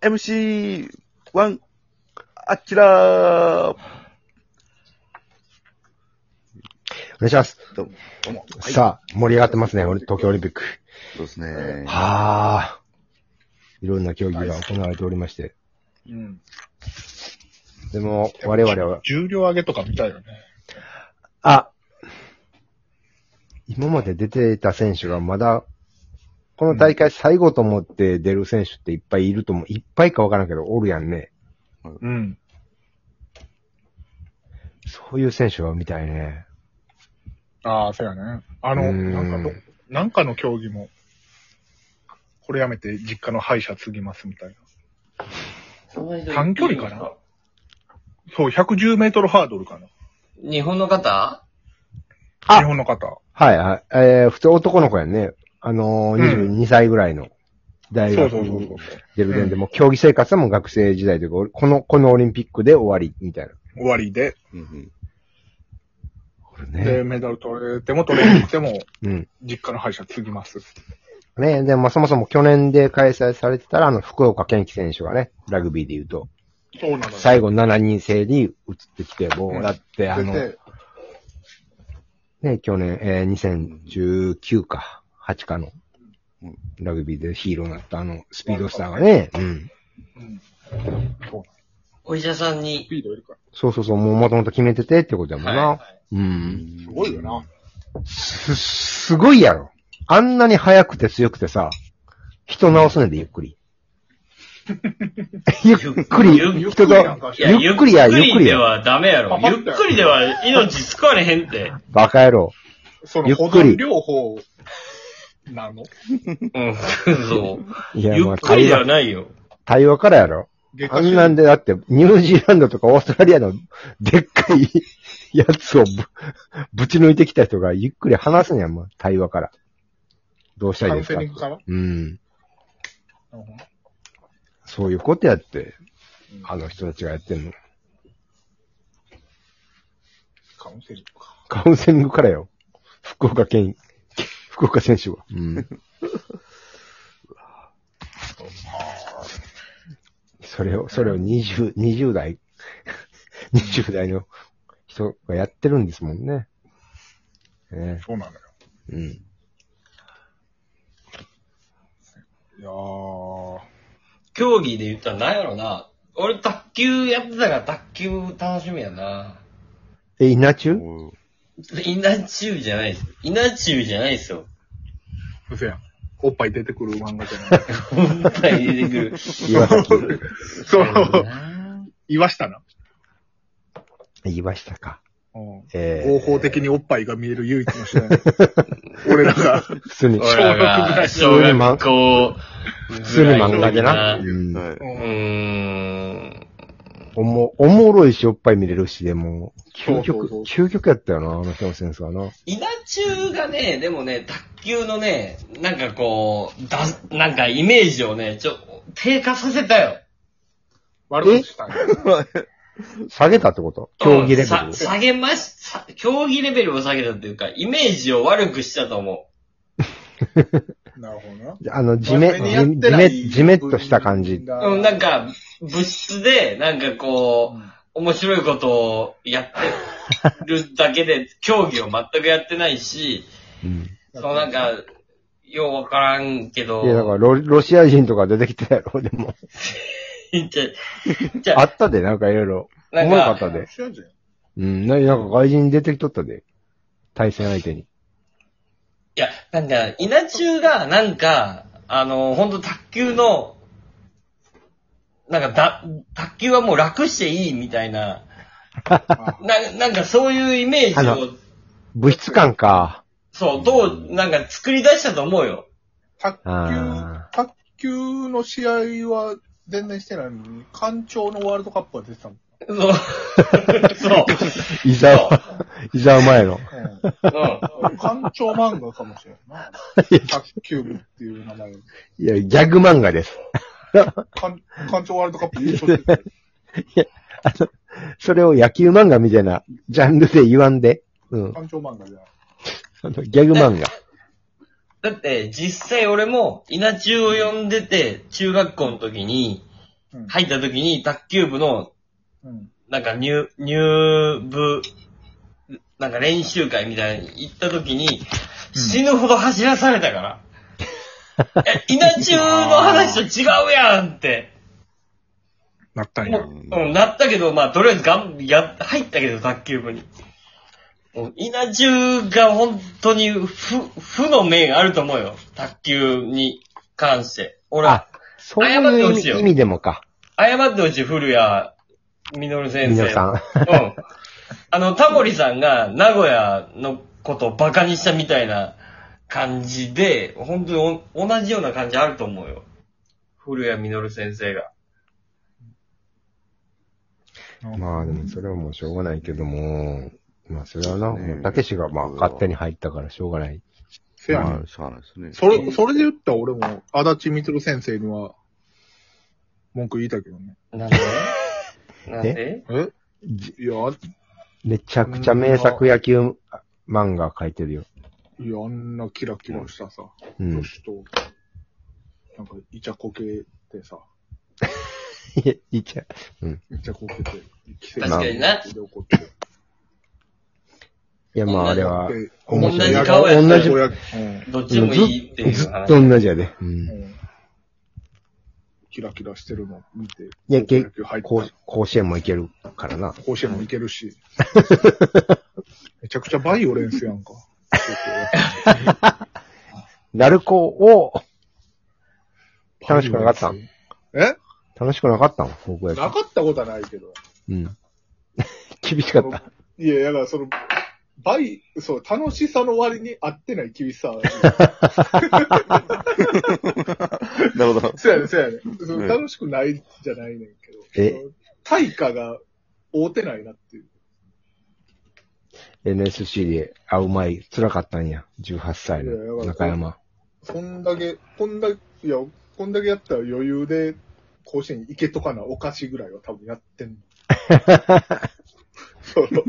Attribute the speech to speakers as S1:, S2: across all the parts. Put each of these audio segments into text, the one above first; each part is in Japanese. S1: MC1、あっちらー
S2: お願いします。
S1: どうも、どうも。はい、
S2: さあ、盛り上がってますね、俺東京オリンピック。
S1: そうですね。
S2: はあ。いろんな競技が行われておりまして。
S3: うん。
S2: でも、我々は、
S3: 重量上げとか見たいよね。
S2: あ、今まで出ていた選手がまだ、この大会最後と思って出る選手っていっぱいいると思う。いっぱいかわからんけど、おるやんね。
S3: うん。
S2: そういう選手は見たいね。
S3: ああ、そうやね。あ
S2: う
S3: の、
S2: ん
S3: なんかど、なんかの競技も、これやめて実家の歯医者継ぎますみたいな。短距離かなそう、110メートルハードルかな。
S4: 日本の方
S2: あ
S3: 日本の方。
S2: はい、はい。えー、普通男の子やんね。あのー、
S3: うん
S2: 22歳ぐらいの大
S3: そう
S2: 学
S3: そうそうそう
S2: に。出るで、でも競技生活はもう学生時代というかお、この、このオリンピックで終わり、みたいな。
S3: 終わりで。
S1: うんうん
S3: で、メダル取れても取れなくても、
S2: うん。
S3: 実家の歯医者継ぎます。
S2: ねでもまあそもそも去年で開催されてたら、あの、福岡堅樹選手がね、ラグビーで言うと、
S3: そうなのよ。
S2: 最後7人制に移ってきて、も
S3: う
S2: う、
S3: ん
S2: だって、あの、
S3: で
S2: ね、去年、えー、2019か、8かの
S1: うん、
S2: ラグビーでヒーローになったあの、スピードスターがね、うん。
S3: うん。
S4: お医者さんに
S3: ス。ピードいるから。
S2: そうそうそう、もうもともと決めててってことだもんな。
S4: は
S2: う。
S1: うんん。
S3: すごいよな。
S2: す、すごいやろ。あんなに速くて強くてさ、人直すねんで、ゆっくり。 ゆっくり、
S4: ゆ
S3: っ
S2: 人と
S3: ゆっくりなんか、
S4: いや
S2: ゆっくりや、ゆっくり
S4: で
S2: や。
S4: はダメやろ
S3: パ。パッ
S4: ゆっくりでは命救われへんって。
S2: バカ野郎。
S3: そ
S2: ゆ
S3: の
S2: っく
S3: 保
S2: り
S3: 存療法なの
S4: うん、そう。
S2: いや、
S4: ゆ
S2: ま
S4: っ
S2: あ、
S4: くり
S2: 対
S4: では
S2: 話、
S4: ないよ。
S2: 対話からやろ。
S3: 外科
S2: あ
S3: 手
S2: ん
S3: 術
S2: なんで、だって、ニュージーランドとかオーストラリアのでっかい やつをぶ、ぶち抜いてきた人がゆっくり話すんやん、まあ、対話から。どうしたら
S3: カ
S2: いい
S3: ウン
S2: です
S3: セ
S2: か
S3: リングから
S2: うん。
S3: うん
S2: そういうことやって、あの人たちがやってんの。
S3: カウンセリングか。
S2: カウンセリングからよ。福岡県、福岡選手は。うん。それを、それを20、20代、20代の人がやってるんですもんね。ね
S3: そうなのよ。
S2: うん。
S3: いやー。
S4: 競技で言ったら何やろな。俺卓球やってたから卓球楽しみやな。
S2: え、稲中
S1: おー
S4: 稲中じゃないです。稲中じゃないですよ。
S3: 嘘やん。おっぱい出てくる漫画じゃない。
S4: 本体出てくる。
S2: 岩崎。
S3: そう。岩下な。
S2: 言いましたか。
S3: うん。
S2: ええ
S3: 合法的におっぱいが見える唯一の手 段。俺らが。
S2: 普通に、
S4: 俺らが小学校
S2: 普通に漫画でな。う。
S4: うん
S1: はい。
S3: うん。
S4: ーん。
S2: おも、おもろいし、おっぱい見れるし、でも、究
S3: そ
S2: 極
S3: うそう、
S2: 究極やったよな、あの人のセンスはな。
S4: 稲中がね、でもね、卓球のね、なんかこう、だ、なんかイメージをね、ちょ、低下させたよ。
S3: 悪くしたんや。
S2: 下げたってこと競技レベル
S4: さ下げまし、さ競技レベルを下げたっていうか、イメージを悪くしたと思
S3: なるほどな。
S2: あの、じめ、
S3: 真面目にやっ
S2: じ
S3: て
S2: じ
S3: な
S2: め、
S3: い
S2: じめっとした感じ。
S4: う。うん、なんか、物質で、なんかこ
S3: うん
S4: う、面白いことをやってるだけで、競技を全くやってないし、
S2: うん。
S4: そのなんか、ようわからんけど
S2: い、や、だからロ、ロシア人とか出てきたやろ、で も。
S4: じゃ、じゃ
S2: あ、ったで、なんかいろいろ。
S4: なん
S2: 重かった
S4: か、
S2: で。
S3: 知らんじゃん
S2: うん。な、なんか外人出てきとったで。対戦相手に。
S4: いや、なんか、稲中が、なんか、あの、ほんと卓球の、なんかだ、卓球はもう楽していいみた いな、
S3: あ
S4: ななんかそういうイメージ
S2: あ
S4: を、
S2: 物質感か。
S4: そう、どう、なんか作り出したと思うよ。
S3: 卓
S2: あ
S3: 球、卓球の試合は全然してないのに、館長のワールドカップは出てたもん。
S4: そう。そう。
S2: 伊沢、伊沢前の。
S3: うん
S4: うん。
S3: 館長漫画かもしれ ないな。卓球部っていう名前。
S2: いや、ギャグ漫画です。
S3: 館館長ワールドカップ優勝し てた。
S2: それを野球漫画みたいなジャンルで言わんで。うん。
S3: 館長漫画じゃん。
S2: あのギャグ漫画。
S4: だって、実際俺も、稲中を呼んでて、中学校の時に、
S3: うん
S4: 入った時に卓球部の、
S3: うん。
S4: なんか入、入部、なんか練習会みたいに行った時に、死ぬほど走らされた から。え、稲中の話と違うやんって。
S3: なったん
S4: も
S3: や。
S4: う、うん、なったけど、まあ、とりあえずがん、や、入ったけど、卓球部に。もう稲中が本当に、負、負の面あると思うよ。卓球に関して。俺は
S2: あ、そう
S4: 謝って
S2: いう
S4: ほしいよ
S2: 意味でもか。
S4: 謝ってほしい、古谷実先生。
S2: 皆さん。
S4: うん。あの、タモリさんが名古屋のことをバカにしたみたいな感じで、本当にお同じような感じあると思うよ。古谷実先生が。
S2: まあでもそれはもうしょうがないけども、まあそれはな、
S5: ねえ
S2: もうたけしがまあ勝手に入ったからしょうがない。
S3: せやね
S5: まあ、しゃあないですね。
S3: それ、それで言ったら俺も、足立みつる先生には、文句言いたけどね。
S4: なんで なんで
S3: えいや、あ
S2: めちゃくちゃ名作野球漫画書いてるよ。
S3: いや、あんなキラキラしたさ、
S2: う
S3: 女
S2: ん。
S3: 子と、なんか、イチャコケてさ、
S2: いや、いっちゃ、
S3: イチャコケて、奇
S4: 確かにな
S3: で怒って。
S2: いやまああれは、
S3: で
S2: 面白い
S4: 同じ顔やった
S2: 同じ
S3: 親うん
S4: どっち
S2: ず
S4: もいいっていう
S2: ずっ
S4: 話。
S2: と同じやで。うん。い
S3: うんキラキラしてるの見て、
S2: や、
S3: 野
S2: け
S3: 球入
S2: 甲
S3: っ
S2: 甲子園も行けるからな
S3: た。甲子園も行けるし。めちゃくちゃバイオレンスやんか。
S2: 鳴子を楽しくなかったん
S3: え
S2: 楽しくなかったの高校野球
S3: なかったことはないけど。
S2: うん。 厳しかった。
S3: いや、だからその、バイ、そう、楽しさの割に合ってない厳し さ。
S5: なるほど。
S3: そうやね、そうやね。そ
S5: ね
S3: う楽しくないじゃないねんけど。
S2: え
S3: その対価が合うてないなっていう。
S2: NSC で会う前、辛かったんや。18歳
S3: いやや
S2: の
S3: ばい
S2: 中山。
S3: そんだけ、こんだけ、いや、こんだけやったら余裕で、甲子園行けとかなお菓子ぐらいは多分やってん の。その、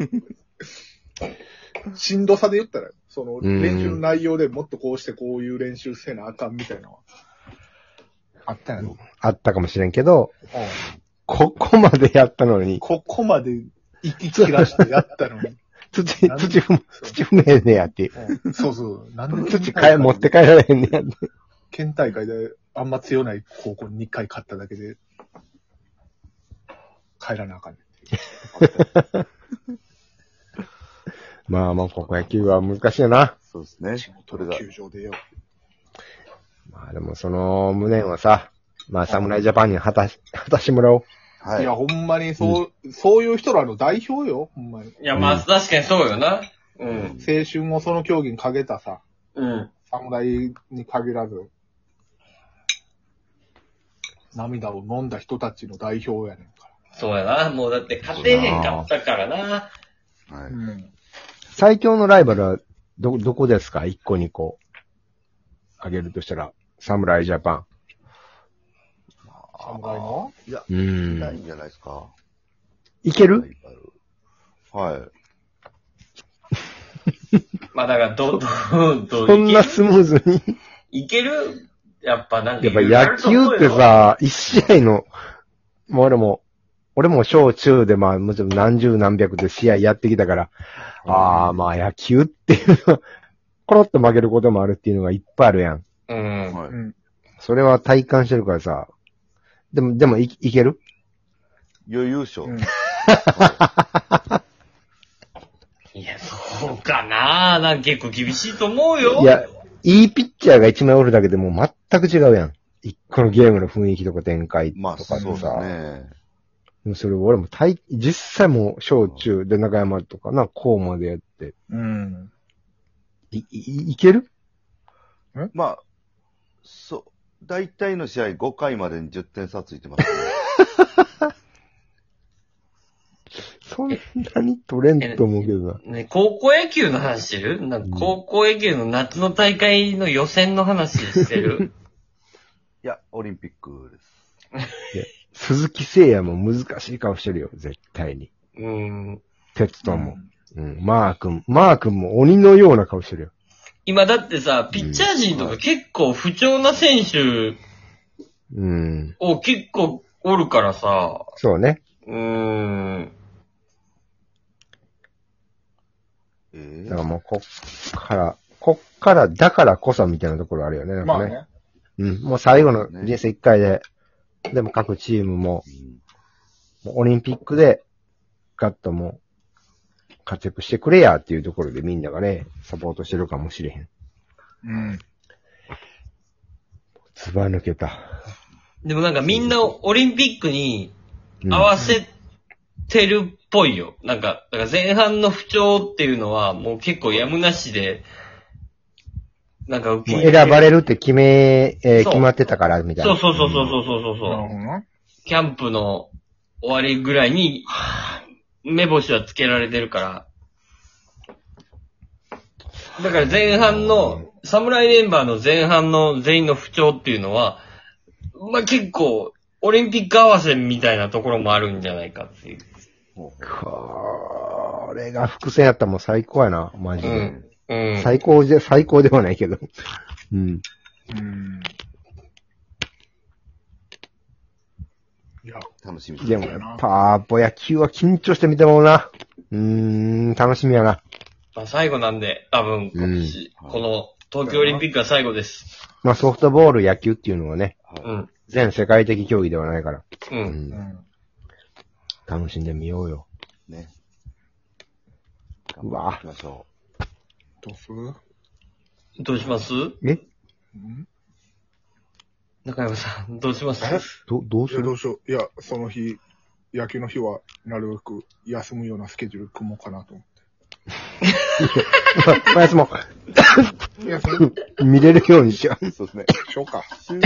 S3: しんどさで言ったら、その、
S2: ん
S3: 練習の内容でもっとこうしてこういう練習せなあかんみたいなのは。あったやろ。
S2: あったかもしれんけど、ここまでやったのに、
S3: ここまで息切らしてやったの に。
S2: 土、土踏む、土踏めへんねやって。
S3: うんそうそう。なんで
S2: 土かえ、持って帰られへんねやって。
S3: 県大会であんま強ない高校に2回勝っただけで、帰らなあかんね。
S2: まあまあ、高校野球は難しいよな。
S5: そうですね。それだ。
S3: 球場でよ。、
S2: まあでもその無念はさ、まあ侍ジャパンに果たし、果たしてもらおう。
S5: はいい。
S3: や、ほんまにそう、そういう人らの代表よ、ほんまに。
S4: いや、まあ、確かにそうよな。うん。
S3: 青春をその競技にかけたさ、
S4: うん。
S3: 侍に限らず、涙を飲んだ人たちの代表やねんか
S4: そうやな。もうだって勝てへんかったからな。
S5: は
S3: ら。
S5: い。
S3: ん。
S2: 最強のライバルは、ど、どこですか ?1 個2個。あげるとしたら、侍ジャパ
S3: 侍の
S5: いや、
S2: ン。う
S5: いない
S2: ん。
S5: んじゃないですか。
S2: いけ
S5: ラ
S2: る
S5: イバルは
S4: まあ、だから、ど、ど、ど、
S2: そんなスムーズに。
S4: いけるやっぱなんか
S2: や
S4: いろいろあ
S2: っぱ
S4: る
S2: 野
S4: と思うよ。
S2: 球ってさ、1試合の、もう俺も、俺も小中でまあ、もちろん何十何百で試合やってきたから、ああ、まあ野球っていうのは、コロッと負けることもあるっていうのがいっぱいあるやん。
S4: う
S5: い。
S4: ん。
S5: はい。
S2: それは体感してるからさ。でも、でもい、いける
S5: 余裕勝。
S3: うん
S4: いや、そうかななんか結構厳しいと思うよ。
S2: いや、いいピッチャーが一枚おるだけでもう全く違うやん。一個のゲームの雰囲気とか展開と
S5: まあ、
S2: か
S5: そ
S2: さ。
S5: うだね。
S2: でもそれ俺も体、実際もう小中で中山とかな、こうまでやって、
S3: うん。
S2: い、い、いける
S5: まあ、そう。大体の試合5回までに10点差ついてます、ね。
S2: そんなに取れんと思うけどな。
S4: ね、高校野球の話してるなんか高校野球の夏の大会の予選の話し てる
S5: いや、オリンピックです。
S2: 鈴木誠也も難しい顔してるよ、絶対に。
S4: うん。
S2: 鉄道も。うん。マー君。マー君も鬼のような顔してるよ。
S4: 今だってさ、ピッチャー陣とか結構不調な選手
S2: うん。
S4: を結構おるからさ、
S2: そうね。
S4: うーん。
S5: え
S2: だ
S5: え
S2: からもう、こっから、こっから、だからこそみたいなところあるよね。なん
S3: ま
S2: か
S3: あ
S2: ね。
S3: ね。
S2: うん。もう最後の人生一回で、でも各チームも、
S5: うん
S2: もうオリンピックで、ガッともう、活躍してくれやっていうところでみんながね、サポートしてるかもしれへん。
S3: うん。
S2: ずば抜けた。
S4: でもなんかみんなオリンピックに
S2: うん
S4: 合わせてるっぽいよ。なんか、だから前半の不調っていうのはもう結構やむなしで、なんか受
S2: も
S4: け
S2: う
S4: 入れ
S2: 選ばれるって決め、えー
S4: そう
S2: 決まってたから、みたい
S4: そ
S2: な。
S4: うそうそうそう
S2: う。
S4: そうそうそう。
S3: なるほどな。
S4: キャンプの終わりぐらいに、目星はつけられてるから。だから前半の、侍メンバーの前半の全員の不調っていうのは、まあ、結構、オリンピック合わせみたいなところもあるんじゃないかっていう。
S2: これが伏線やったらもう最高やな、マジ
S4: う
S2: で。
S4: ん。うん。
S2: 最高じゃ、最高ではないけど。うん。
S3: うん。いや、
S5: 楽しみ
S2: でもやっぱ、ぼ野球は緊張して見てもな。うーん、楽しみやな。
S4: まあ、最後なんで、多分今年、
S5: うん
S4: この東京オリンピックは最後です。
S2: まあソフトボール、野球っていうのはね、
S5: は
S4: う
S5: い
S4: ん。
S2: 全世界的競技ではないから。
S4: う。
S2: うん。
S3: うんん。
S2: 楽しんでみようよ。
S5: ね。
S2: うわ
S5: 行きましょ
S3: どうする
S4: どうします
S2: え
S3: うん
S4: 中山さん、どうします
S2: ど、どう
S3: い
S2: す
S3: や、ど
S2: る
S3: うしよう。いや、その日、野球の日は、なるべく休むようなスケジュール組もうかなと思っ
S2: おやつも、
S3: て。いや、それ、
S2: 見れるようにしよう。
S5: う。そうですね。
S3: しようか。
S5: 終